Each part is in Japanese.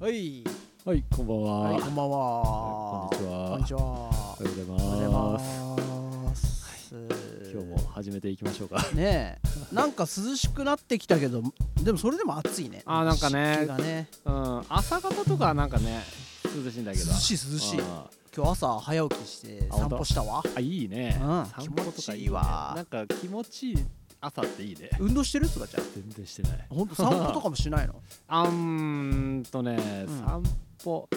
はい。はい、こんばんは。はい、こはんばんこは。んにちは。こんにちは。おはようごおはざよいうごまざす。います。今日も。始めていきましょうか。ねえ、なんか涼しくなってきたけど、でもそれでも暑いね。あーなんかね湿気がねうん、朝方とかはなんかね、涼しいんだ涼けど。しい涼しい。あ今日朝早起きしてあ本散当歩したわ。ーあ、いいね。うん散歩とかい気い,、持ちいね、いわなんか気持ちいい朝っていいね。運動してるとかじゃん。全然してない。本 当散歩とかもしないの。あんとね、うん散歩。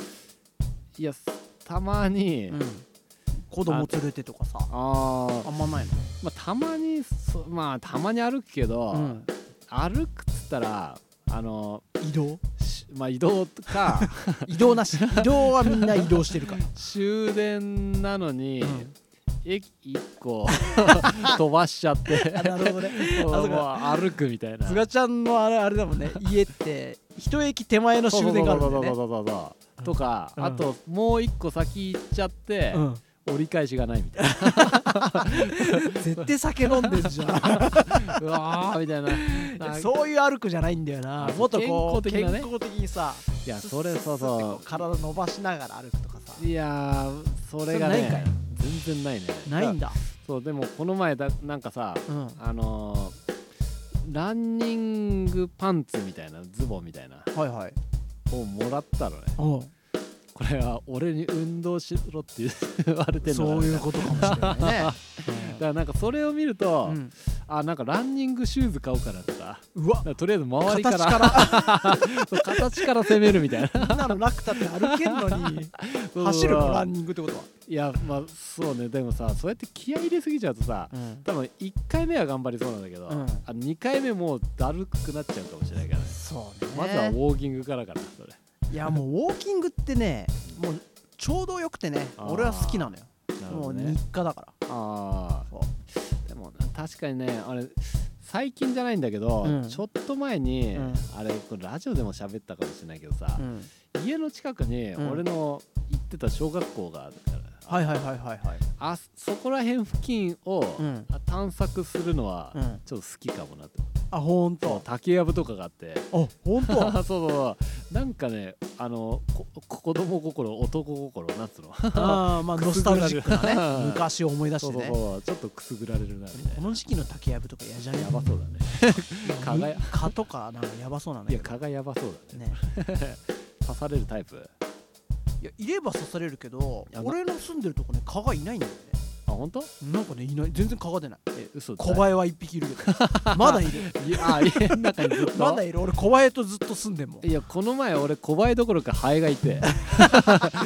いや、たまに。うん。子供連れてとかさ。あーあんまないまあ、たまにそまあたまに歩くけど、の。うん。歩くっつったらあの移動。しまあ移動か移動なし。移動はみんな移動してる から。終電なのに、うん駅1個 飛ばしちゃってあなるほどね。もうあそうもう歩くみたいなすがちゃんのあれあれだもんね家って一駅手前の終電があるんだよねそうそうそうそうそうそうとか、うんあともう1個先行っちゃって、折り返しがないみたいな絶対酒飲んでんじゃ うわ ーみたいななんんかそういう歩くじゃないんだよなあもっとこう健康的なね健康的にさいやそれそうスッてこそう体伸ばしながら歩くとかさういやーそれがそれないんかねい全然ないねないんだそうでもこの前だなんかさうんあのーランニングパンツみたいなズボンみたいなはいはいをもらったのねおこれは俺に運動しろって言われてんのかそなういうことかもしれないねだからなんかそれを見ると、うんあなんかランニングシューズ買おうかなとかだかうわらとりあえず周りから形形かから ら攻めるみたいなみんなのなくたって歩けんのに 走るのランニングってことはいやまあそうねでもさそうやって気合い入れすぎちゃうとさ多分1回目は頑張りそうなんだけど、うんあ2回目もうだるくなっちゃうかもしれないからねそうねまずはウォーキングからかなそれいやもうウォーキングってねもうちょうどよくてねあー俺は好きなのよなるもほどうね日課だからあそあでもな確かにねあれ最近じゃないんだけど、うんちょっと前に、うんあれこれラジオでも喋ったかもしれないけどさ、家の近くにうん俺の行ってた小学校があるから、はいはいはいはいはいあそこら辺付近を、うんあ探索するのは、うんちょっと好きかもなとあほんそうと竹やぶとかがあって あほん そとうそうそうなんかねあのこ子供心男心なんつうのあーまあノスタルジックくすぐなられ ねる昔を思い出そしうてそうねそうちょっとくすぐられるなみたいこの時期の竹やぶとか やじゃなねやばそうだね蚊が蚊とかなんかやばそうなんだいけやど蚊がやばそうだねね刺されるタイプいやいれば刺されるけどいや俺の住んでるとこね蚊がいないんだよねあ本当なんかねいない全然蚊が出ないえ嘘だ小林は一匹いるけ どまだいるいやあ家の中にずっとまだいる俺小林とずっと住んでんもんいやこの前俺小林どころかハエがいて いや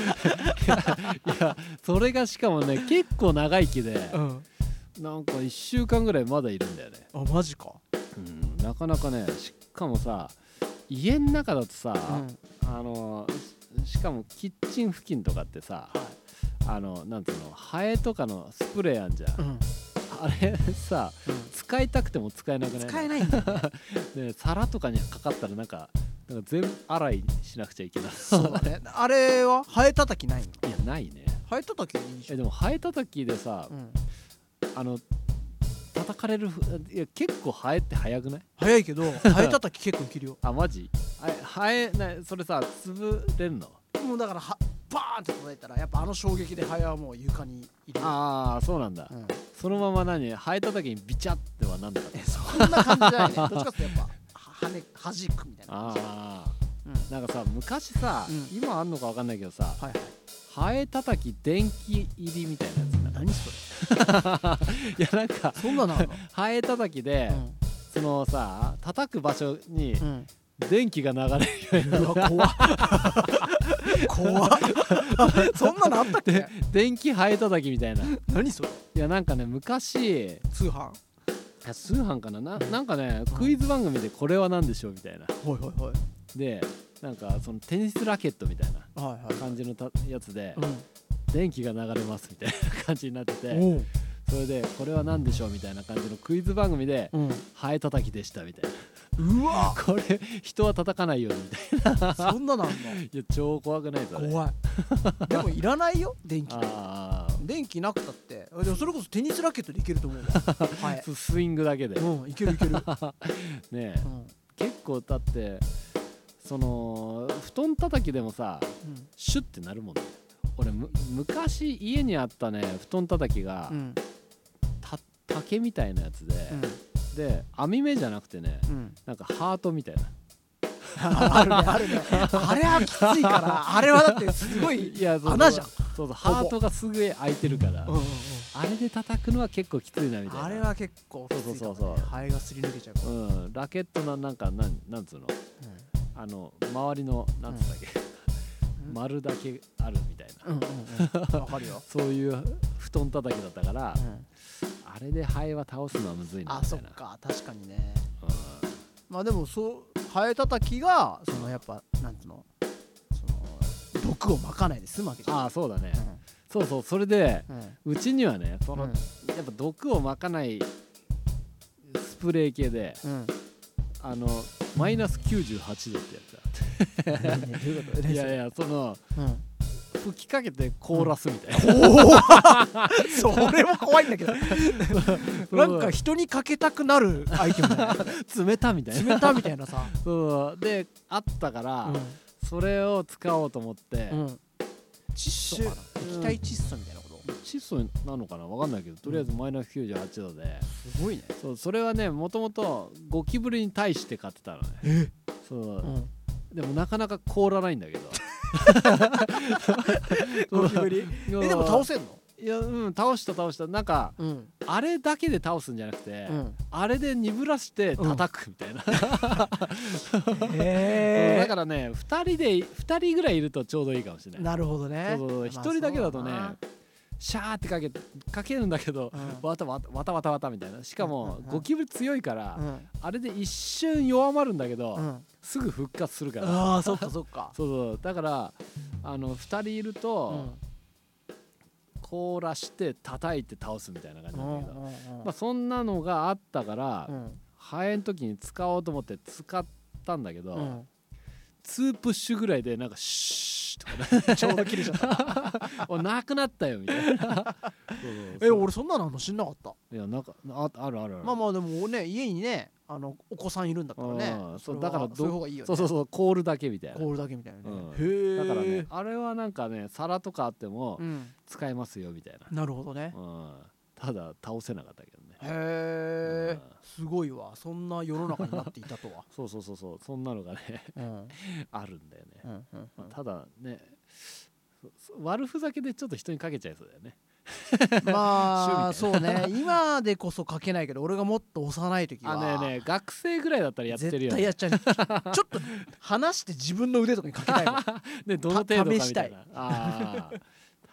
いやそれがしかもね結構長生きでうんなんか1週間ぐらいまだいるんだよねあマジかうんなかなかねしかもさ家の中だとさ、うんあのししかもキッチン付近とかってさはいあのなんつうのハエとかのスプレーあんじゃん、うんあれさ使いたくても使えなくない使えないんだよね皿とかにかかったらなんかなんか全部洗いしなくちゃいけない そうだねあれはハエたたきないのいやないねハエたたきはいいじゃえんでもハエたたきでさ、うんあの叩かれるふいや結構ハエって早くない早いけ どハエたたき結構いけるよあマジあハエなそれさ潰れんのもうだからはバーンって叩いたらやっぱあの衝撃でハエはもう床にいるよああそうなんだ、うんそのまま何ハエたたきにビチャってはなんだえそんな感じじゃないね どっちかっていうとやっぱはねはじくみたいな感じあうんあなんかさ昔さ、うん今あんのかわかんないけどさはいはいハエたたき電気入りみたいなやつなんか何それ いやなんかそんなのあるのハエたたきで、そのさ叩く場所にうん電気が流れるよ うになうわ 怖っ怖っそんなのあったっけ電気ハエたたきみたいない何それやなんかね昔通販はいあ通販かななうんなんかねうんクイズ番組でこれは何でしょうみたいなはいはいでなんかそのテニスラケットみたいなはいはい感じのたやつでう電気が流れますみたいな感じになっててんおうそれでこれは何でしょうみたいな感じのクイズ番組でうんハエたたきでしたみたいなうわこれ人は叩かないようにみたいそんなのあんのないや超怖くないそれ 怖いでもいらないよ電気あー電気なくたってでもそれこそテニスラケットでいけると思うわ はいススイングだけでうんいけるいける、ねえうん結構だってその布団叩きでもさうんシュッてなるもんね俺む昔家にあったね布団叩きが、うんた竹みたいなやつで、で網目じゃなくてねうんうんなんかハートみたいなあるねあるねあれはきついからあれはだってすごいやそうそう穴じゃんそうそうハートがすぐ開いてるかうら、んうんうんあれで叩くのは結構きついなみたいなあれは結構きついかそもうそうそうねそうハエがすり抜けちゃうかうんラケットななんかなんなんつうのらあの周りのなんつったっけ、うん 丸だけあるみたいな、うんうんうんうんわかるよそういう布団叩きだったから、うんあれでハエは倒すのはむずいなあみたそいっなか確かにねうんまあでもそうハエたたきがそのやっぱなんつうのその毒をまかないで済むわけじゃんああそうだね、そうそうそれでうんうんうちにはねその、うんやっぱ毒をまかないスプレー系で うんあのマイナス98度ってやつだっどういうことていやいややそのうん吹きかけて凍らすみたいな、それも怖いんだけどそう なんか人にかけたくなるアイテムだよね 冷たみたいな冷たみたいなさそうであったから、それを使おうと思って、うん窒素かなうん液体窒素みたいなこと窒素なのかなわかんないけどとりあえずマイナス98度で、すごいねそうそれはねもともとゴキブリに対して買ってたのねそう、でもなかなか凍らないんだけどゴキブリそ うえでも倒せんのいやうん倒した倒したなんかうんあれだけで倒すんじゃなくて、うんあれで鈍らして叩くみたいな、そう だへからね2人で2人ぐらいいるとちょうどいいかもしれえないなるほどそねうそうそうまあ1人だけだとねそうなシャーってかけかけるんだけど、うんわたわたわたわたわたみたいなしかもうんうんうんゴキブリ強いから、うんあれで一瞬弱まるんだけど、うんすぐ復活するから、ああそっかそっかそうそうだからあの2人いると、凍らして叩いて倒すみたいな感じなんだけど、まあ、そんなのがあったから、ハエの時に使おうと思って使ったんだけど、2プッシュぐらいでなんかシューッとか ねちょうど切れちゃった。おなくなったよみたいなそうそうそうえ、俺そんなのあんの知んなかった。いやなんかああるあるあるまあまあでもね家にねあのお子さんいるんだからうね。んそれはだからどそういう方がいいよね。そうそうそう凍るだけみたいなコールだけみたいなねうん。へえ。だからね。あれはなんかね皿とかあってもうん。使えますよみたいな、なるほどね。うん、ただ倒せなかったけどねへえうん。すごいわ。そんな世の中になっていたと は。そうそうそうそうそんなのがね うん。あるんだよね、うんうんうまんあただねそそ悪ふざけでちょっと人にかけちゃいそうだよねまあそうね。今でこそ書けないけど、俺がもっと幼い時あは。のねね学生ぐらいだったらやってる絶よ対ねやっちゃう。 ちょっと話して自分の腕とかにかけたいもん。 ねどの程度かみ試したたいいなあー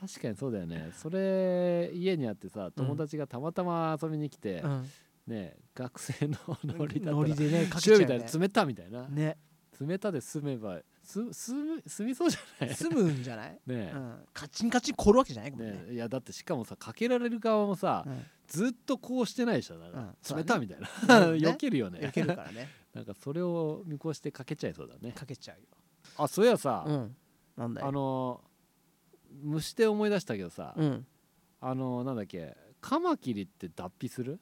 確かにそうだよねそれ家にあってさ友達がたまたま遊びに来て、うんね学生のノリだっノたリらでねかけちゃ塩うみよたいねな冷たみたいな、ね冷たで済めばすす済みそうじゃ ない住むんじゃない、ねうん、カチンカチン凍るわけじゃないかもねねいやだってしかもさかけられる側もさ、うんずっとこうしてないでしょだかうんら、そう冷だたねみたいななるほどね 避けるよいねけるからね なんかそれを見越してかけちゃいそうだねかけちゃう よあそういやさ、んなんだよあの虫で思い出したけどさ、うんあのなんだっけカマキリって脱皮する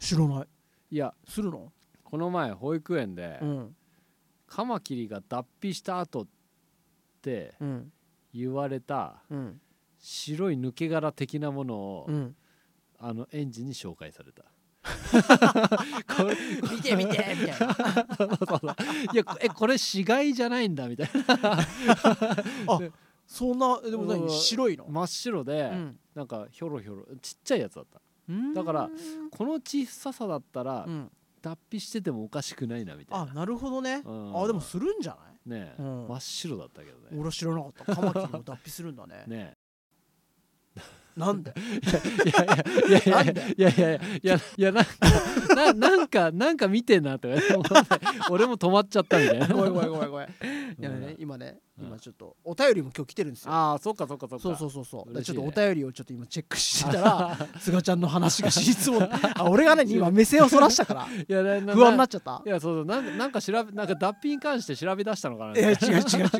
知らないいやするのこの前保育園で、んカマキリが脱皮した後ってうん言われたうん白い抜け殻的なものを、うんあの園児に紹介されたこれ見て見てみたいないやこえこれ死骸じゃないんだみたいな あそんなでもう何ん白いの真っ白で、うんなんかひょろひょろちっちゃいやつだっただからうこの小ささだったら、ん脱皮しててもおかしくないなみたいあななるほどねうんあでもするんじゃないねうえ、ん真っ白だったけどね俺は知らなかったカマキリも脱皮するんだ ねねなんでえいやいやいやいやいやいやいやいやいやなんかななんかなんか見てんなとか思って俺も止まっちゃったみたいな ごめんごめんごめん ごめんいやうねん今ねうん今ちょっとお便りも今日来てるんですよああそっかそっかそっかそうそうそうそう、嬉しちいょねっとお便りをちょっと今チェックしてた ら菅ちゃんの話がしつもあ俺がね今目線をそらしたからいやなな不安になっちゃったいやそうそうなんかなんか調べなんか脱皮に関して調べ出したのかないや違う違う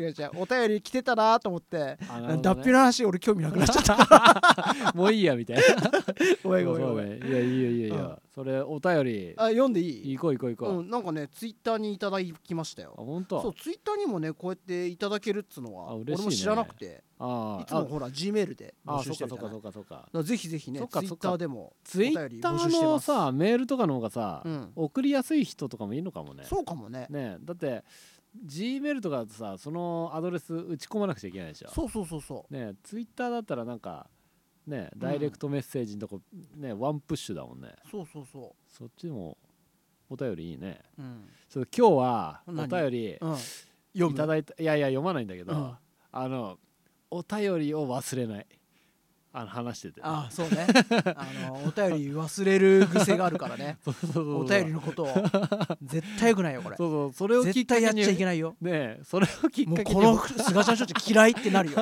違う違うお便り来てたなと思ってあなるほどね 脱皮の話俺興味なくなっちゃったもういいやみたいなごめんごめんごめんそうねいやいいよいいよいいよ、うんそれお便りあ読んでいい行こう行こう行こう、うあんなんかねツイッターにいただきましたよ本当そうツイッターにもねこうやっていただけるっつのはあ嬉俺しいねも知らなくてあーいつもほら G メールでああ募そ集っしてかるじそゃっないかだそっかそっかからぜひぜひねそっツイかそッっかターでもおツイ便りッタ募集しーてのますさメールとかの方がさ、うん送りやすい人とかもいるのかもねそうかもねねだって G メールとかだとさそのアドレス打ち込まなくちゃいけないでしょそうそうそうそうねツイッターだったらなんかねんダイレクトメッセージのとこ、ねワンプッシュだもんねそうそうそそっちもお便りいいねううんちょっと今日はお何便りうんいただいたいやいや読まないんだけど、うんあのお便りを忘れないあの話しててあそう ねあのお便り忘れる癖があるからねそうそうそうそうお便りの ことを絶対よくないよこれそうそうそれをきっ絶か対やっけにちゃいけないよねえそれをきっもかうけこにの菅ちゃんちょっと嫌いってな るよ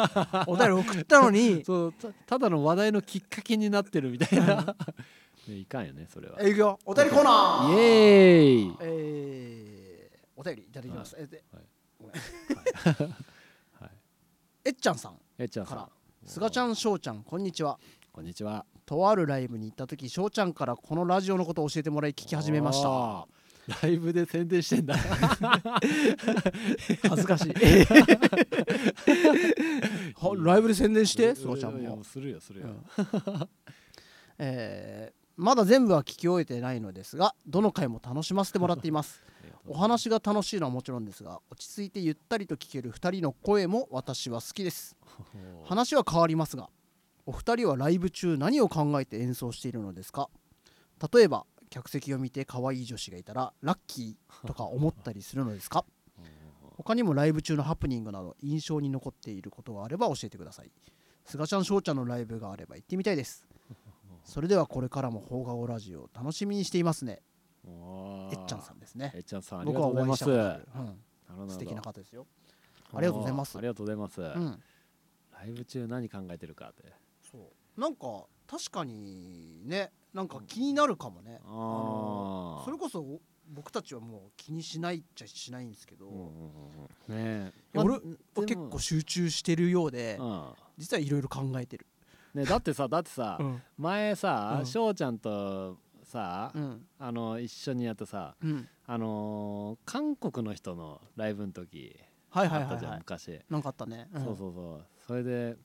お便り送ったのにそうたただの話題のきっかけになってるみたいな、 ね、いかんよねそれはイえいくよお便りコーナーエーイえーお便りいただきます、えではい ごめんえっちゃんさんえっちゃんさかんら菅ちゃんしょうちゃんこんにちはこんにちはとあるライブに行った時しょうちゃんからこのラジオのことを教えてもらい聞き始めましたあーライブで宣伝してんだ恥ずか しい はライブで宣伝してそうちゃんいやもう、するよするよ、うんえーまだ全部は聞き終えてないのですがどの回も楽しませてもらっていますお話が楽しいのはもちろんですが落ち着いてゆったりと聞ける2人の声も私は好きですは話は変わりますがお二人はライブ中何を考えて演奏しているのですか例えば客席を見て可愛い女子がいたらラッキーとか思ったりするのですか他にもライブ中のハプニングなど印象に残っていることがあれば教えてください菅ちゃん翔ちゃんのライブがあれば行ってみたい ですそれではこれからも放課後ラジオ楽しみにしていますねえっちゃんさんですねえっちゃんさんあり僕がはとうおご会いざいましすたことある、うんなるほど素敵な方ですよありがとうございますありがとうございます、うんライブ中何考えてるかってそうなんか確かにねなんか気になるかもね、ああのーそれこそお僕たちはもう気にしないっちゃしないんですけど、うんうんうんうんねえいや俺でも結構集中してるようで、うん実はいろいろ考えてる、ね、だってさだってさ、ん前さうん翔、うちゃんとさ、うんあの一緒にやったさうん、あのー韓国の人のライブの時はいはあいっはたい、じゃん、はい、昔、なんかあったね、ん、そうそうそうそれで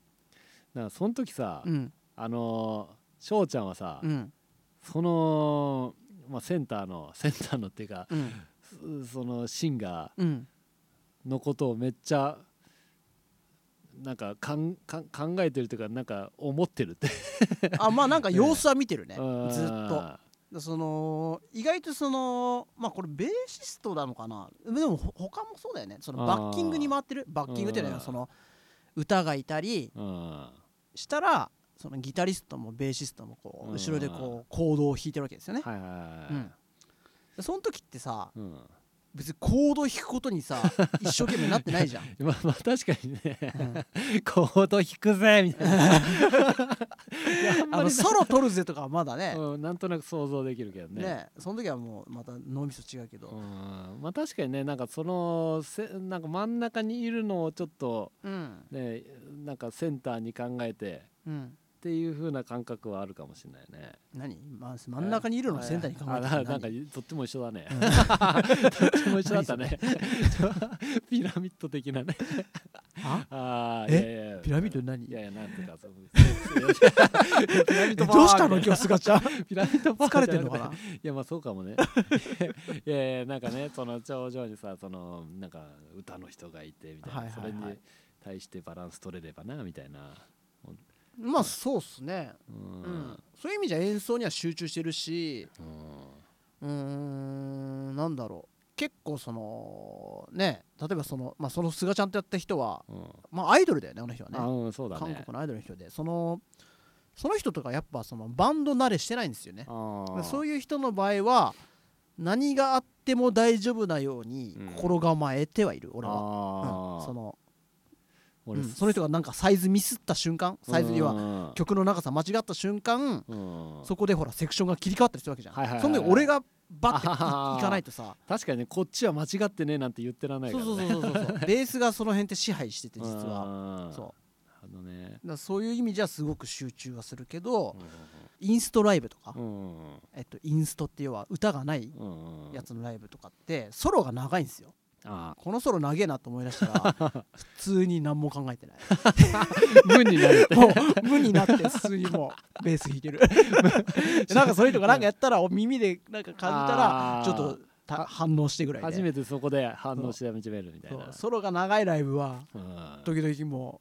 なんかその時さ、うんあのー翔ちゃんはさ、うんその、まあ、センターのセンターのっていうかうんすそのシンガうん ーのことをめっちゃなんかかんかん考えてるというかなんか思ってるって、あまあなんか様子は見てるねうんずっとでその意外とそのまあこれベーシストなのかなでもほ他もそうだよねそのバッキングに回ってるバッキングっていうのうはんその歌がいたりうんしたらそのギタリストもベーシストもこううん後ろでこうコードを弾いてるわけですよね、はいはいはいうんでその時ってさうん 別にコードを弾くことにさ一生懸命なってないじゃん、まあまあ確かにね うんコード弾くぜみた いないやあんまありのソロ取るぜとかはまだねうん、なんとなく想像できるけどねねその時はもうまた脳みそ違うけうんど、まあ確かにねなんかそのせなんか真ん中にいるのをちょっとうんねなんかセンターに考えてうん、っていう風な感覚はあるかもしれないね何、まあ、真ん中にいるのをセンターに考えてあるななんか何 どっちも一緒だねどっちも一緒だったね ピラミッド的なねああーえいやいやピラミッド何いやいやなんとかそうピラミッ えドどうしたのバーみ今日すがちゃんたいなピラミッドバー疲れてるのかじゃなくいやまあそうかもね いやいやなんかねその頂上にさそのなんか歌の人がいてみたいな、はいはいはいそれに対してバランス取れればなみたいな まあそうっすね、ううんん、そういう意味じゃ演奏には集中してるしううーんんなんだろう結構そのね例えばその、まあ、その菅ちゃんとやった人は、うんまあ、アイドルだよねあの人はねあうんそうだね韓国のアイドルの人でそのその人とかやっぱそのバンド慣れしてないんですよねあそういういう人の場合は何があっても大丈夫なようにうん心構えてはいる、俺俺は、うんあーその俺うんその人がなんかサイズミスった瞬間サイズにはは曲の長さ間違った瞬間うんそこでほらセクションが切り替わったりするわけじゃん、はいはいはいその時俺がバッていあーいかないとさ確かにねこっちは間違ってねえなんて言ってらんないかそう ら、ね、そうそうそうそうベースがその辺って支配してて実ははそあのねうだからそういう意味じゃすごく集中はするけど、うんインストライブとか、うんうんえっと、インストって要は歌がないうんうんやつのライブとかってソロが長いんですよ あこのソロ長えなと思い出した ら普通に何も考えてないあ無 になるってもう無になって普通にもうベース弾い てるなんかそれとかなんかやったらお耳でなんか感じたらあーちょっとた反応してぐらいで初めてそこで反応して始めるみたいそうなソロが長いライブはうん時々も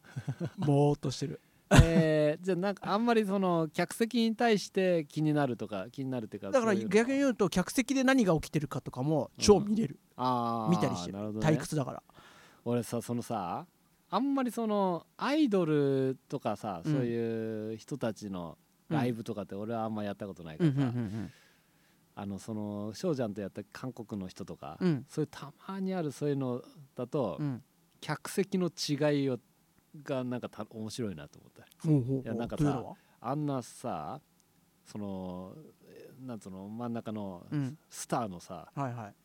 うぼーっとしてる えーじゃあなんかあんまりその客席に対して気になるとか気になるっていうかだからそういうの逆に言うと客席で何が起きてるかとかも超見れる、あー見たりしてるなるほどね退屈だから俺さそのさあんまりそのアイドルとかさ、うんそういう人たちのライブとかって俺はあんまやったことないからさ、あのその翔ちゃんとやった韓国の人とか、うんそういうたまにあるそういうのだと、うん客席の違いをがなんかた面白いなと思ったほうほうほういやなんかとさいうのはあんなさそのえーなんつうの真ん中のうんスターのさ、はいはい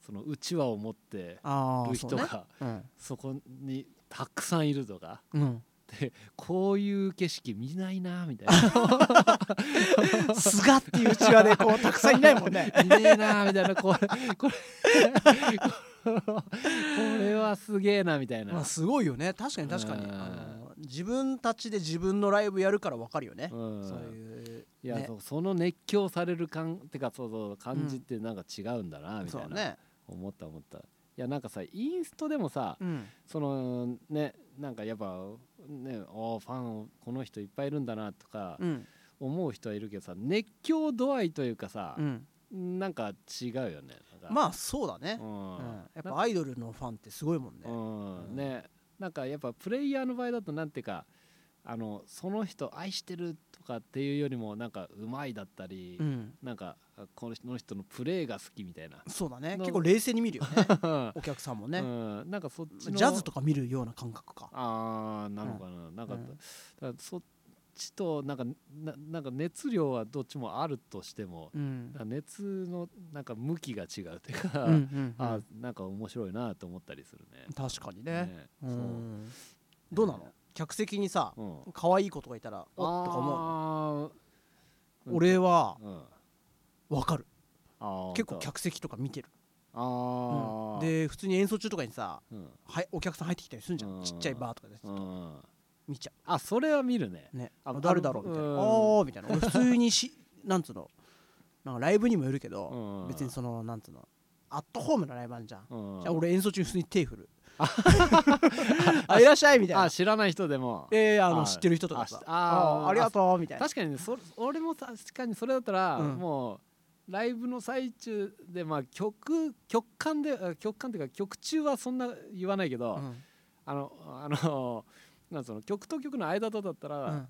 そのうちわを持ってああるそ人うねがうんそこにたくさんいるとかうんこういう景色見ないなみたいなすがっていううちはねこうたくさんいないもんね見ねえなみたいなこれこれこれはすげえなみたい な、まあすごいよね確かに確かにうんあの自分たちで自分のライブやるから分かるよねうんそういういやねそうその熱狂される感てかそうそう感じってなんか違うんだなみたそいうな、ね思った思ったいやなんかさインストでもさ、うんそのねなんかやっぱねおーファンこの人いっぱいいるんだなとかうん思う人はいるけどさ熱狂度合いというかさう、んなんか違うよねなんかまあそうだうねんうんやっぱアイドルのファンってすごいもんねううんん、ねなんかやっぱプレイヤーの場合だとなんていうかあのその人愛してるとかっていうよりもなんかうまいだったり、うんなんかあこの人の人のプレーが好きみたいなそうだねの結構冷静に見るよね お客さんもうねん、なんかそっちのジャズとか見るような感覚かああなのかな、なんか,、うんだからそっちとなんかななんか熱量はどっちもあるとしても、うんなんか熱のなんか向きが違うっていうか、うんうんうあんーなんか面白いなと思ったりするね。確かにねうそうんどうなの客席にさうん、お可愛い子とかいたらおっとか思ううん俺はうん、分かるあー結構本当客席とか見てるあー、で普通に演奏中とかにさうんはいお客さん入ってきたりするじゃうんんちっちゃいバーとかでうん見ちゃあそれは見るねうねああ誰だろうみたいなうんああみたいな俺普通にし なんつうのなんかライブにもよるけどうん別にそのなんつうのアットホームのライブあんじゃんうんじゃあ俺演奏中に普通に手振る あいらっしゃいみたいなあ知らない人でもえー、あのあ知ってる人とかさあああありがとうみたいな確かにねそ俺も確かにそれだったら、うんもうライブの最中でまあ曲曲間であ曲間っていうか曲中はそんな言わないけど、うんあのあのなんその曲と曲の間とだったら、うん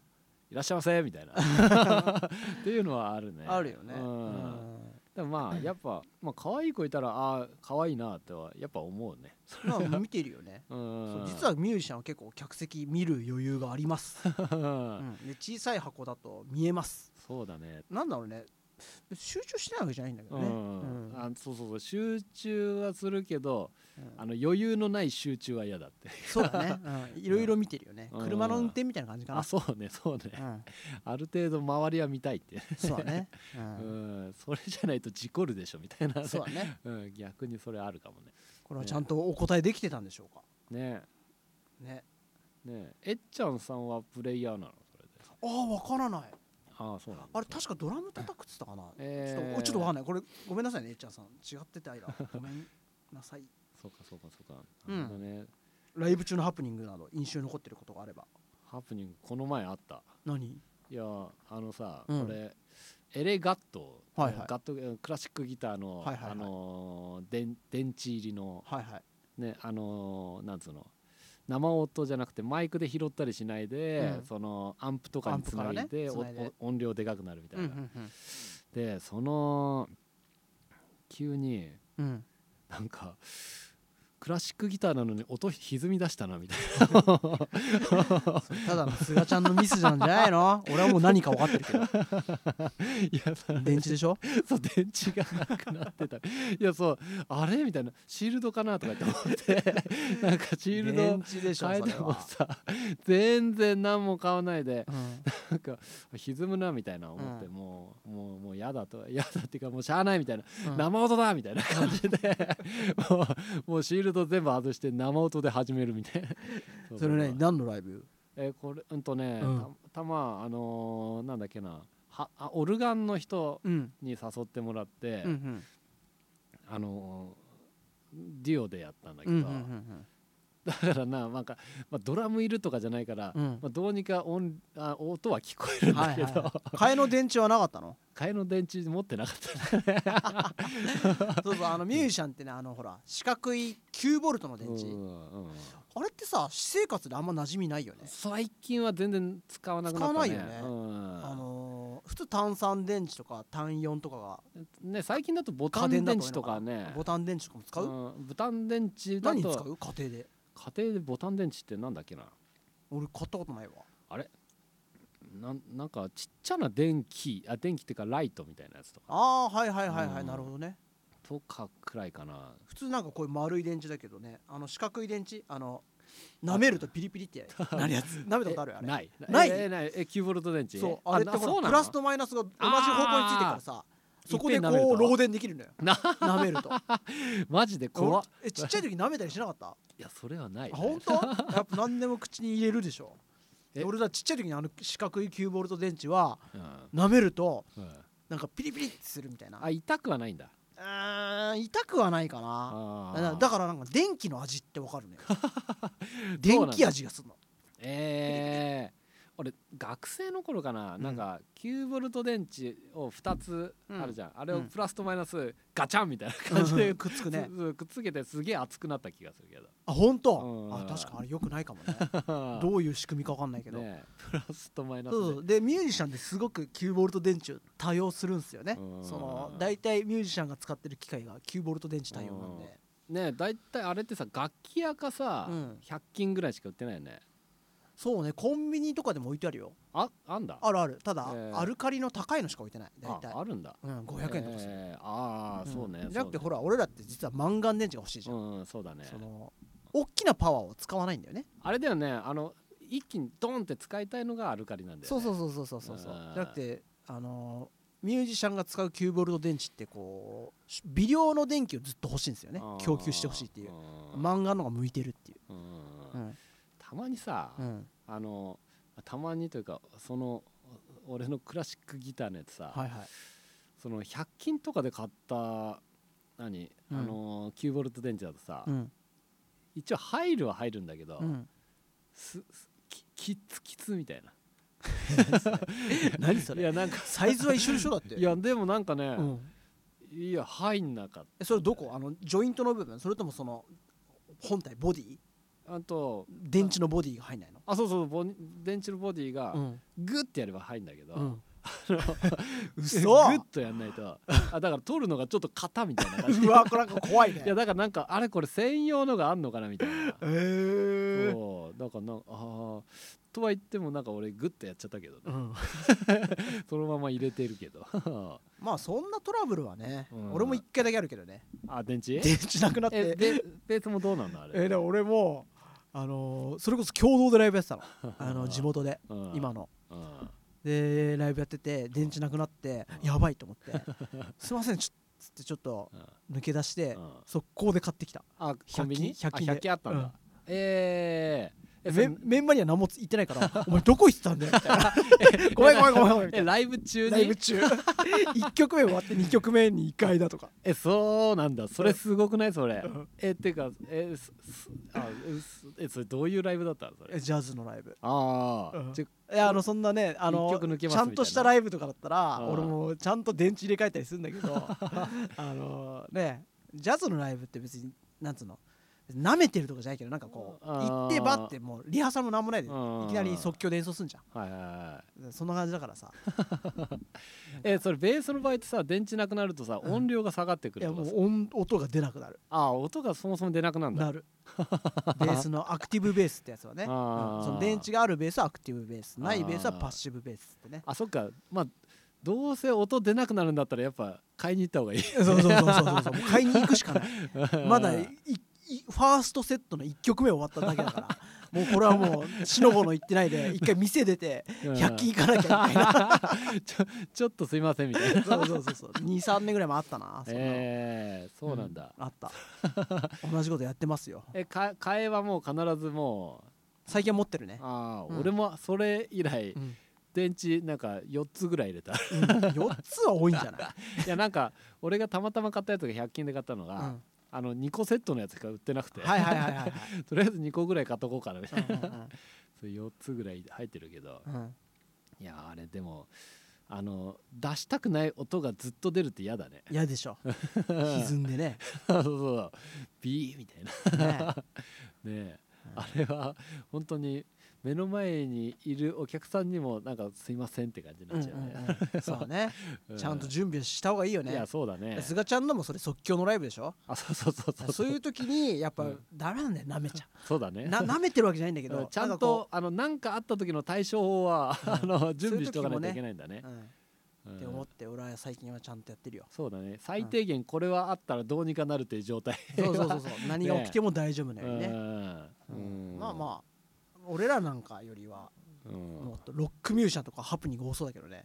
いらっしゃいませ みたいなっていうのはあるねあるよね、ううんんでもまあ やっぱ、まあ可愛い子いたらああ可愛いなってはやっぱ思うね。まあ見てるよねそう実 はミュージシャンは結構客席見る余裕があります、うはんで小さい箱だと見えますそうだね。なんだろうね集中してないわけじゃないんだけうどね、ん、うんあそうそうそう集中はするけど、うんあの余裕のない集中は嫌 だって。そうだね、うんいろいろ見てるよね、うん車の運転みたいな感じかあな、そうねそうね、うんある程度周りは見たいって。そうだね、ううんん、それじゃないと事故るでしょみたいな、ね。そうだね うん、逆にそれあるかもね。これはちゃんとお答えできてたんでしょうかねねねえっちゃんさんはプレイヤーなのそれで。ああわからないああそうなんだ。あれ確かドラム叩くっつったかな、えちょっーとおちょっとわかんないこれごめんなさいねえっちゃんさん違ってた間ごめんなさいそうかそうかそうか。うんなるほどね。ライブ中のハプニングなど印象に残ってることがあればハプニングこの前あった。何いやあのさ、うんこれエレガット、はいはいガットクラシックギターの、はいはいはいあのー電電池入りのはいはいねあのーなんつうの生音じゃなくてマイクで拾ったりしないで、うんそのアンプとかにつなアンいプからで,ねお、つないでお音量でかくなるみたいうんな、でその急にうんうんなんかクラシックギターなのに音歪み出したなみたい ただの菅ちゃんのミスなんじゃない の俺はもう何か分かってるけどないやその電池でしょそう電池がなくなってたいやそうあれみたいなシールドかなとかって 思ってなんかシールド電池でしょそ変えれてもは、さ全然何も買わないでうんなんか歪むなみたいな思って、うもうもうもうやだと やだっていうかもうしゃあないみたいな、うん生音だみたいな感じ でもうもうシールド全部外して生音で始めるみたいなうそれうねう何のライブえーこれうんとね、うんたたまあのーなんだっけなはあオルガンの人うんに誘ってもらって、うんうんあのーデュオでやったんだけうど、んうんうんだからななんか、まあ、ドラムいるとかじゃないから、うんまあ、どうにか音あ音は聞こえるんだけど、替えの電池はなかったの替えの電池持ってなかったそうそうあのミュージシャンってねあのほら四角い9ボルトの電池、うんうんあれってさ私生活であんま馴染みないよね、最近は全然使わなくなったね使わないよねうんあのー普通単三電池とか単4とかがね最近だとボタ家ン電だ電と池とかねボタン電池とかも使う、うんボタン電池だ何に使とう家庭で家庭でボタン電池ってなんだっけな俺買ったことないわなんなんかちっちゃな電気あ電気っていうかライトみたいなやつとかああはいはいはいはい、うんなるほどねとかくらいかな普通なんかこういう丸い電池だけどねあの四角い電池あの舐めるとピリピリって なるやつ舐めたことあるよあえれないないえーないえ9ボルト電池そうあれってなそほうらなのプラスとマイナスが同じ方向についてからさそこでこいっぺん舐めうると漏電できるのよな舐 めるとマジで怖っえちっちゃい時舐めたりしなかったいやそれはないあね本当やっぱ何でも口に入れるでしょえ俺らちっちゃい時にあの四角い9ボルト電池はうん舐めるとうんなんかピリピリってするみたいなあ痛くはないんだうーん痛くはないかなあだーだからなんか電気の味ってわかるね 電気味がするのええ俺学生の頃かな、んなんか9ボルト電池を2つあるじゃん、あれをうんプラスとマイナスガチャンみたいな感じでうんくっつくねつつくっつけてすげえ熱くなった気がするけどあ本う当んあ確かあれよくないか もね どういう仕組みかわかんないけど、ねえプラスとマイナスそうそうでミュージシャンですごく9ボルト電池を多用するんですよねうんその大体ミュージシャンが使ってる機械が9ボルト電池対応なんでねえ大体あれってさ楽器屋かさ、うん100均ぐらいしか売ってないよねそうねコンビニとかでも置いてあるよああんだあるあるただ、えーアルカリの高いのしか置いてない大あ体あるんだうん500円とかする、ええああ、そうねじゃなくてそうねほら俺らって実はマンガン電池が欲しいじゃん、うんうんそうだねその大きなパワーを使わないんだよねあれだよねあの一気にドンって使いたいのがアルカリなんだよ、ね、そうそうそうそうそうそうそううんじゃなくてあのーミュージシャンが使う9ボルト電池ってこうし微量の電気をずっと欲しいんですよねあー供給してほしいっていううん漫画の方が向いてるっていう、うんうんたまにさ、うん、あのたまにというかそのお俺のクラシックギターのやつさ、はいはいその100均とかで買った何、うんあの9ボルト電池だとさ、うん一応入るは入るんだけど、うん、すすきキッツキツみたいな 何そいれやなんかサイズは一緒でしょだっていやでもなんかね、うん、いや入んなかっえそれどこあのジョイントの部分それともその本体ボディたあと電池のボディが入んないのあそうそうボニ電池のボディがんグッてやれば入んだけど、 うんグ嘘ッとやんないとあだから取るのがちょっと型みたいな感じうわこれなんか怖いねいやだからなんかあれこれ専用のがあんのかなみたいなえーそうだからなんかあーとは言ってもなんか俺グッとやっちゃったけどねうん、そのまま入れてるけど まあそんなトラブルはね、うん俺も一回だけあるけどねあ電池電池なくなっえてでベースもどうなんのあれ、えでも俺もあのーそれこそ共同でライブやってたのあの地元でうん今のうんでライブやってて電池なくなってうんやばいと思 って「すいません」ちょつってちょっとうん抜け出してうん速攻で買ってきたあコンビニ100均であ100均あったんだ、うんえー、えメそのンメンバーには何も言ってないから「 お前どこ行ってたんだよ」みたいな「ごめんごめんごめんごめん」みたいえライブ中なライブに 中1曲目終わって2曲目に1回だとかえそうなんだそれすごくないそれうんえっていうかえすすあすえそれどういうライブだったのそれえジャズのライブああ、うんちょいやあのそんなねあ一の曲抜けますみたいちなゃんとしたライブとかだったらうん俺もちゃんと電池入れ替えた りするんだけどあのねジャズのライブって別になんつうの舐めてるとかじゃないけどなんかこうあー行ってばってもうリハーサルもなんもないでいうんきなり即興で演奏すんじゃはいはいはいんそんな感じだから さえそれベースの場合ってさ電池なくなるとさうん音量が下がってくいるやともかさう音音が出なくなるあ音がそもそも出なくなるんだなるベースのアクティブベースってやつはね、うんあーその電池があるベースはアクティブベースないベースはあーパッシブベースってねあそっかまあどうせ音出なくなるんだったらやっぱ買いに行った方がい いそうそうそうそうそうもう 買いに行くしかないまだいいいファーストセットの1曲目終わっただけだから もうこれはもうしのごの言ってないで一回店出て100均行かなきゃいけ ないなちょちょっとすいませんみたいなそうそうそうそう23年ぐらいもあったな そんなのえー、そうなんだ、あった同じことやってますよえか買えはもう必ずも最近は持ってるねう、ああ、うん俺もそれ以来うん電池なんか4つぐらい入れた いうん、4つは多いんじゃない、やなんか俺がたまたま買ったやつが100均で買ったのうが、ん、はいあの2個セットのやつしか売ってなくて、はいはいはい はい、とりあえず2個ぐらい買っとこうかなね、 うんうんそれ4つぐらい入ってるけど、うんうんいやあれでもあの出したくない音がずっと出るって嫌だね 嫌でしょ歪んでねそうそうそうビーみたいなね ねえあれは本当に目の前にいるお客さんにもなんかすいませんって感じにうなんうっちゃうね、んうんそうねうちゃんと準備した方がいいよいやねそうだね菅ちゃんのもそれ即興のライブでしょあそうそうそうそうそういう時にやっぱうんダメなんだよ舐めちゃそうだうねな舐めてるわけじゃないんだけうどんちゃなんかことあのなんかあった時の対処法は、 あの準備しとかないといけないんだねう、うんうんって思って俺は最近はちゃんとやってる よそうだね最低限これはあったらどうにかなるっていう状態そうそうそうそう何が起きても大丈夫なうようにねんうんまあまあ俺らなんかよりはうんもっとロックミュージシャンとかハプニング多そうだけど ね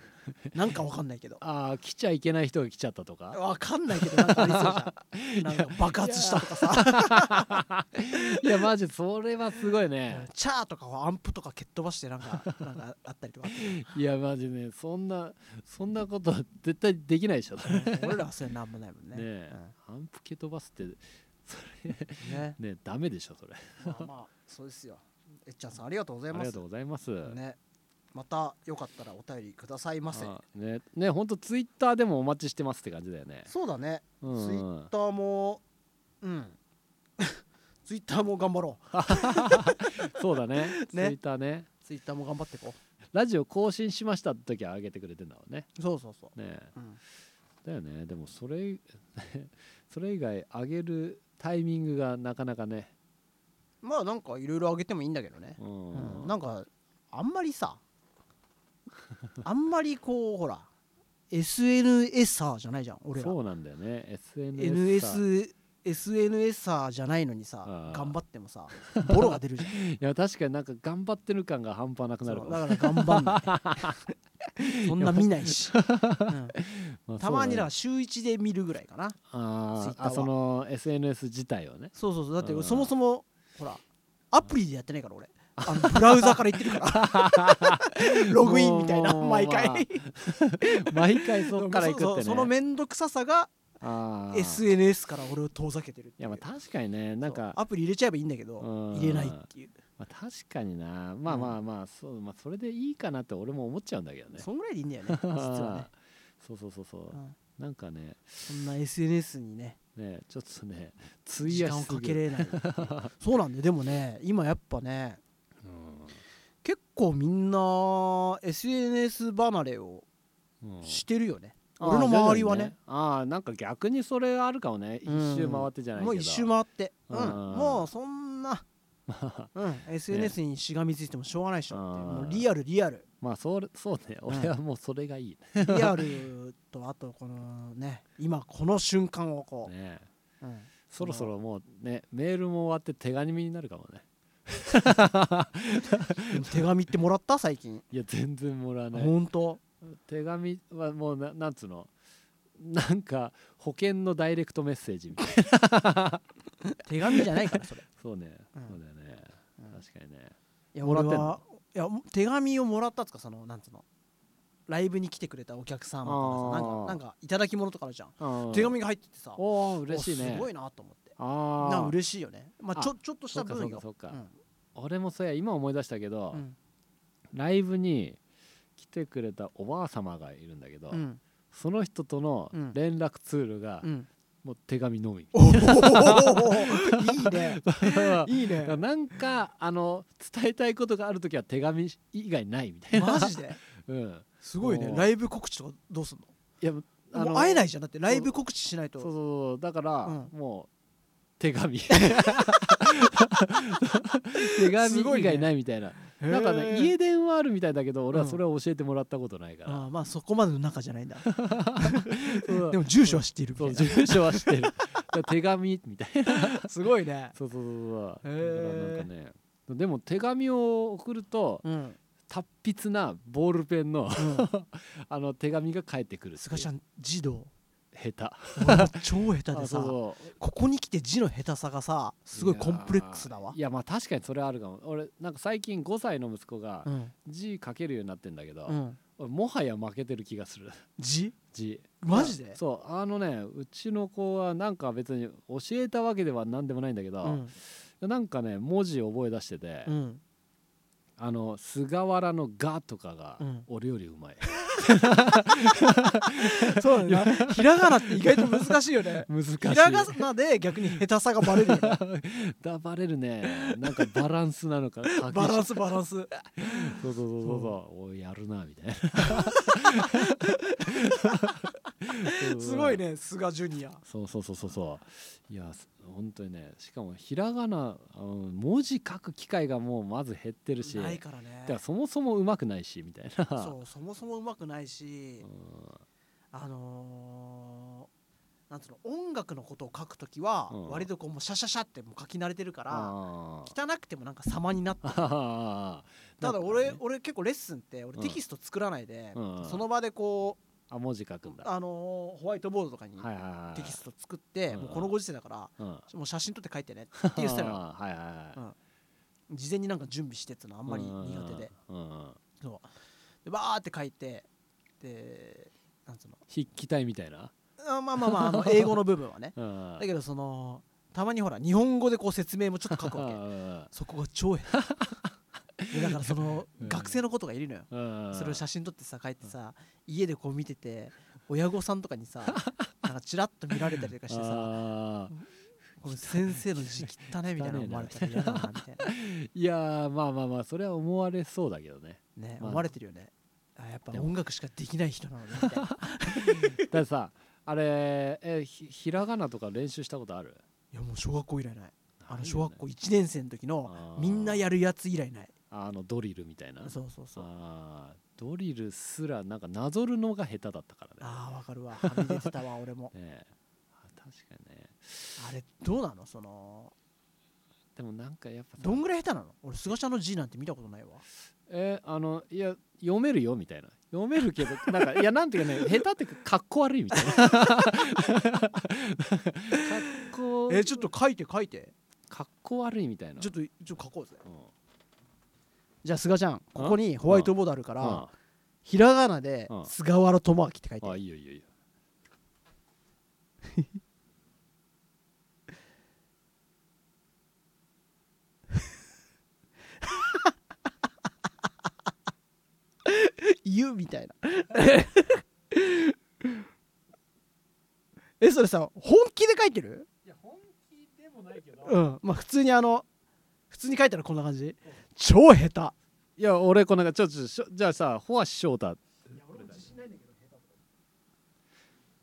なんかわかんないけどああ来ちゃいけない人が来ちゃったとかわかんないけどなんかありそうじゃん なんか爆発したとかさいやマジそれはすごいねチャーとかをアンプとか蹴っ飛ばしてなんかなんかあったりとかあっいやマジねそんなそんなことは絶対できないでしょねたけ ど俺らはそれなんもないもんねえ、アンプ蹴飛ばすってそれうんねねダメでしょそれあまあまあそうですよえっちゃんさんありがとうございりまがすとうございます、ねまたよかったらお便りくださいませあねねほんとツイッターでもお待ちしてますって感じだよねそうだねうんツイッターもうん ツイッターも頑張ろうそうだねツイねッターねツイッターも頑張っていこラジオ更新しましたって時は上げてくれてんだろうねうそうそうそねえう、うん、だよねでもそれ それ以外上げるタイミングがなかなかねまあなんかいろいろあげてもいいんだけどね、うんうんなんかあんまり さあんまりこうほら SNS ーじゃないじゃん俺らそうなんだよね SNS さ NS SNS ーじゃないのにさあー頑張ってもさボロが出るじゃんいや確かになんか頑張ってる感が半端なくなるそかうもだから頑張んない そんな見ないし、うんまあたまにだかそうだらね週1で見るぐらいかなあ Twitter ーはあその SNS 自体をねそうそうそうだってうんそもそもほらアプリでやってないから俺あのブラウザから言ってるから ログインみたいなもう毎回、まあ毎回そっから行くってねそうそうその面倒くささがあー SNS から俺を遠ざけてるっていいやうまあ確かにねなんそうか、アプリ入れちゃえばいいんだけうどん入れないっていうまあ、確かになまあまあまあそう、まあ、それでいいかなって俺も思っちゃうんだけどねそんぐらいでいいんだよ ね 実はねあ、ーそうそうそうそう、うんなんかねそんな SNS にねねちょっとね費時や間しをすかぎける、れないっていうそうなんだよでもね今やっぱねう結構みんな SNS 離れをんうんしてるよね、あー俺の周りはね徐々にああなんか逆にそれあるかもね一周回ってじゃないけど、もう一周回って、うんうんもうそんな、 うん、SNS にしがみついてもしょうがないでしょっていううんもうリアルリアルまあそうそうねん俺はもうそれがいいリアルとあとこのね今この瞬間をこねねう、うんそろそろもうねメールも終わって手紙になるかもねでも手紙ってもらった最 近いや全然もらわない本当手紙はもうななんつうのなんか保険のダイレクトメッセージみたいな手紙じゃないからそれいそうね、うんそうだよね、うん確かにねや も俺らってんのはいや手紙をもらったっつうかそのなんつうのライブに来てくれたお客様からさあなんーかなんかいただき物とかあるじゃん、うん手紙が入っててさおお嬉しいねおすごいなと思ってあなんあか嬉しいよねまあちょちょっとしたそっか分よそっかそっかうん俺もそうや今思い出したけど、うんライブに来てくれたおばあ様がいるんだけど、うん その人との連絡ツールがうんもう手紙のみ おーいいねいいだからねなんかあの伝えたいことがある時は手紙以外ないみたいな、マジで うん、すごいねおーライブ告知とかどうすんいやのもう会えいないじゃんだってライブ告知しないそうそとうそうだから、うんもう 手紙すごい手紙以ね外ないみたいな、へーなんかね家電はあるみたいだけど俺はうんそれを教えてもらったことないから、あーまあそこまでの中じゃないん だそうでも住所は知っているそうみたい住所は知ってるだ から手紙みたいななすごいねそうそうそうへそう、ーだからなんかねでも手紙を送るとうん達筆なボールペンうのん あの手紙が返ってくるっていう菅ちゃん字 ど下手う俺も超下手あでそうさそうここに来て字の下手さがさすごいコンプレックスだわいやまあ確かにそれはあるかも俺なんか最近5歳の息子がうん字書けるようになってんだけど、うん俺もはや負けてる気がする 字字マジでそうあのねうちの子はなんか別に教えたわけでは何でもないんだけど、うんなんかね文字覚え出してて、うんあの菅原の「が」とかがうん俺よりうまい、そうだねひらがなって意外と難しいよね難しいひらがなで逆に下手さがバレ るよねだバレるねなんかバランスなのかバランススバランスそうそうそうそうそうおいやるなみたいなそうすごいね菅ジュニアそうそうそうそうそういやす本当にねしかもひらがなあの文字書く機会がもうまず減ってるしないからだからねそもそもうまくないしみたいなそうそもそもうまくないしあのーなんつうの音楽のことを書くときはうん割とこうもうシャシャシャってもう書き慣れてるからあー汚くてもなんか様になってあーただな俺んかね俺結構レッスンって俺うんテキスト作らないでうんうんその場でこあ文字書くんうだはあのーホワイトボードとかにいはいはいテキスト作ってうんもうこのご時世だからトっもう写真撮って書いてねっていうスタイ ルなのはいはいはい事前になんか準備してっていうのはああんまり苦手でそうでバーって書いてでなんつうの筆記体みたいなあまあまあまああの英語の部分はねだだけどそのたまにほら日本語でこう説明もちょっと書く わけわそこが超下手でだからそのうん学生のことがいるのよけそれを写真撮ってさ帰ってさ家でこう見てて親御さんとかにさなんかチラッと見られたりとかしてささこの先生の字汚ねみたいな思われたら嫌だなみたいいやーまあまあまあそれは思われそうだけどね なねまあ思われてるよねあやっぱでも音楽しかできない人なのねみ たいなだってさあれえひひらがなとか練習したことあるいやもう小学校以来ないあのないよね小学校1年生の時のあーみんなやるやつ以来ないあのドリルみたいなそうそうそうあードリルすらなんかなぞるのが下手だったからねあーわかるわはみ出てた わ俺もねえあ確かにねあれどうなのそのでもなんかやっぱさどんぐらい下手なの俺菅ちゃんの字なんて見たことないわえあのいや読めるよみたいな読め るけどなんかいやなんていうかね下手っていうかかっこ悪いみたいなかっこえーちょっと書いて書いてかっこ悪いみたいなちょっと、とちょっと書こうぜうんじゃあ菅ちゃんここにホワイトボードあるから、あひらがなでうん菅原智明って書いてああるいいよいいよいいよ言うみたいな えそれさ本気で書いてるいや本気でもないけどうんまあ普通にあの普通に書いたらこんな感じ超下手いや俺こんなんかちょっとしょじゃあさホアシ翔太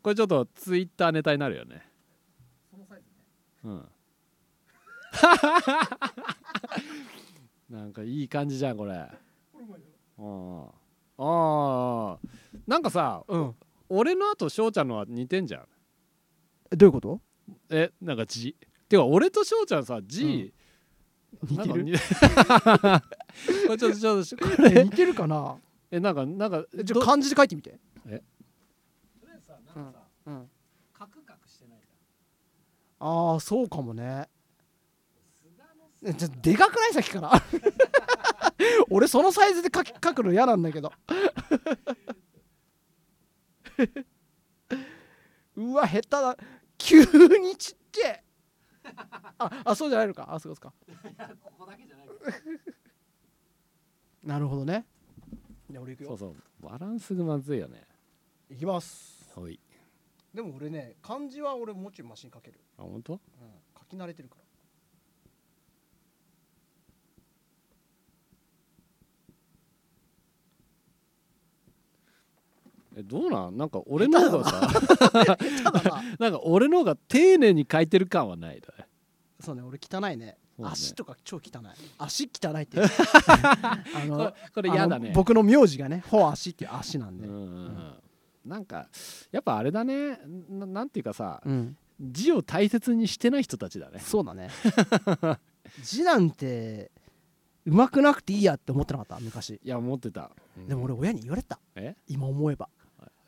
これちょっとツイッターネタになるよねそのサイズねうん なんかいい感じじゃんこれうんああなんかさうん俺のあと翔ちゃんのは似てんじゃんどういうことえなんか字てか俺と翔ちゃんさ字、似てるなんか似 これちょっとちょっ とこえれ似てるかなえなんかなんかえちょ漢字で書いてみてなんかさうんカクカクしてないじああそうかもねえちょっとでかくないさっきから 俺そのサイズで書き書くの嫌なんだけど うわ下手だ急にちっちゃいああそうじゃないのかあそうですかゃんここだけ じゃない なるほどねじゃあ俺行くそうそうバランスがまずいよねいきますはいでも俺ね漢字は俺もうちょいマシに書ける、あ本当うん、書き慣れてるからえどうなんなんか俺の方がさ ただななんか俺の方が丁寧に書いてる感はないだね そうね俺汚いねそうね足とか超汚い足汚いって あこれのこれ嫌だあねの僕の名字がね「ほ足」っていう足なんうで、んうんうんうんなんかやっぱあれだねななんていうかさ、うん字を大切にしてない人たちだねそう だね字なんてうまくなくていいやって思ってなかった昔いや思ってた、でも俺親に言われたえ、今思えば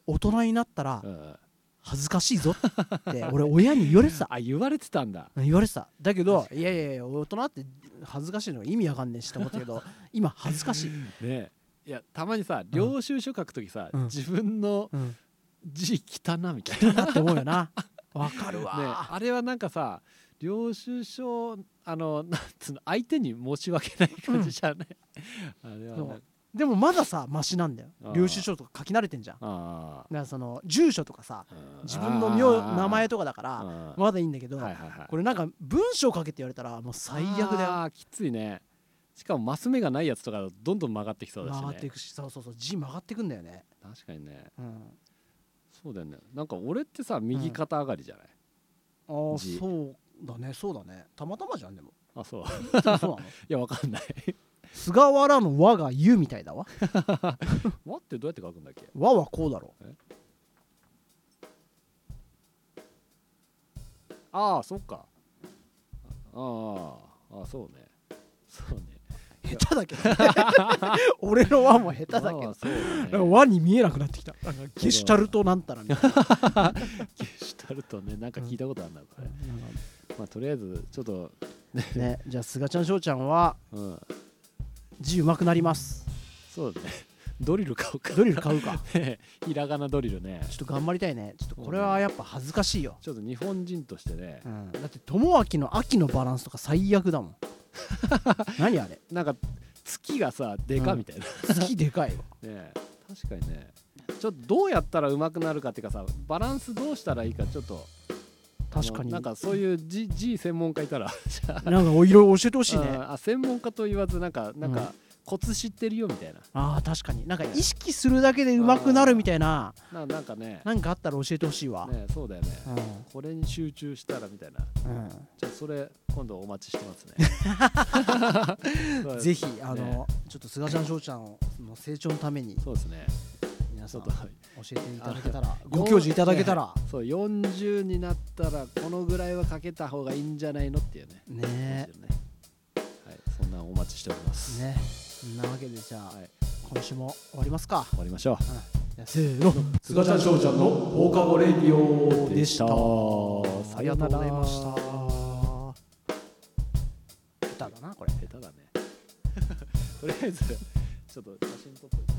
大人になったらうんうん恥ずかしいぞって俺親に言われてたあ言われてたんだ言われてただけどいやいやいや大人って恥ずかしいのが意味わかんねえしと思ったけ ど今恥ずかしい、ねいやたまにさ領収書書くときさ、うん自分のうん、字汚なみたいだって思うよな わかるな、ね、わ、あれはなんかさ領収書あの なんつうの相手に申し訳ない感じじゃない、あれはそねうでもまださマシなんだよあー領収書とか書き慣れてんじゃんだかあらその住所とかさー自分のあ名ー名前とかだかうらんまだいいんだけど、はいはいはいこれなんか文章書けって言われたらもう最悪だよあーきついねしかもマス目がないやつとかだとどんどん曲がってきそうだしね曲がっていくしそうそうそう字曲がってくんだよね、確かにねうん、そうだよねなんか俺ってさ右肩上がりじゃない、ああ字そうだねそうだねたまたまじゃ んでもあそういいつもそうなのやわかんない 菅原の和が湯みたいだわ待ってどうやって書くんだっけ和はこうだろああそっかああああそうねそうね下手だけどね 俺の和も下手だけまあまあどそうな だんかね和に見えなくなってきたなんかゲシュタルトなんたらみたいなゲシュタルトねなんか聞いたことあるなこれ、なんかまあとりあえずちょっと ねじゃあ菅ちゃん翔ちゃんはうん字うまくなりますそうだねドリル買おうかドリル買うかね ひらがなドリルねちょっと頑張りたいねちょっとこれはやっぱ恥ずかしいよ、ちょっと日本人としてねうん、だって友明の秋のバランスとか最悪だも ん何あれなんか月がさでかみたいな、月でかいわねえ確かにねちょっとどうやったら上手くなるかっていうかさバランスどうしたらいいかちょっとあの確かになんかそういう字字専門家いたらじゃあなんかお色々教えてほしいねうんあ専門家と言わずなんかなんうんかコツ知ってるよみたいなあー確かになんか意識するだけで上手くなるみたいなななんかねなんかあったら教えてほしいわ、ねそうだよねうこれに集中したらみたいなんうんじゃあそれ今度お待ちしてますねそう ぜひあの、ねちょっと菅ちゃん翔ちゃんの成長のためにそうですね皆ちさょんっ教とえていただけたらのご教示いただけたらそう40になったらこのぐらいはかけた方がいいんじゃないのっていうねねですよねはい、そんなお待ちしております。ねそんなわけでじゃあ、はい今週も終わりますか終わりましょじゃあせーのう。菅ちゃん翔ちゃんの放課後レディオでしたさありよがとなうごら。ざいました下下手だなこれ 手だね。とりあえずちょっと写真撮っといて。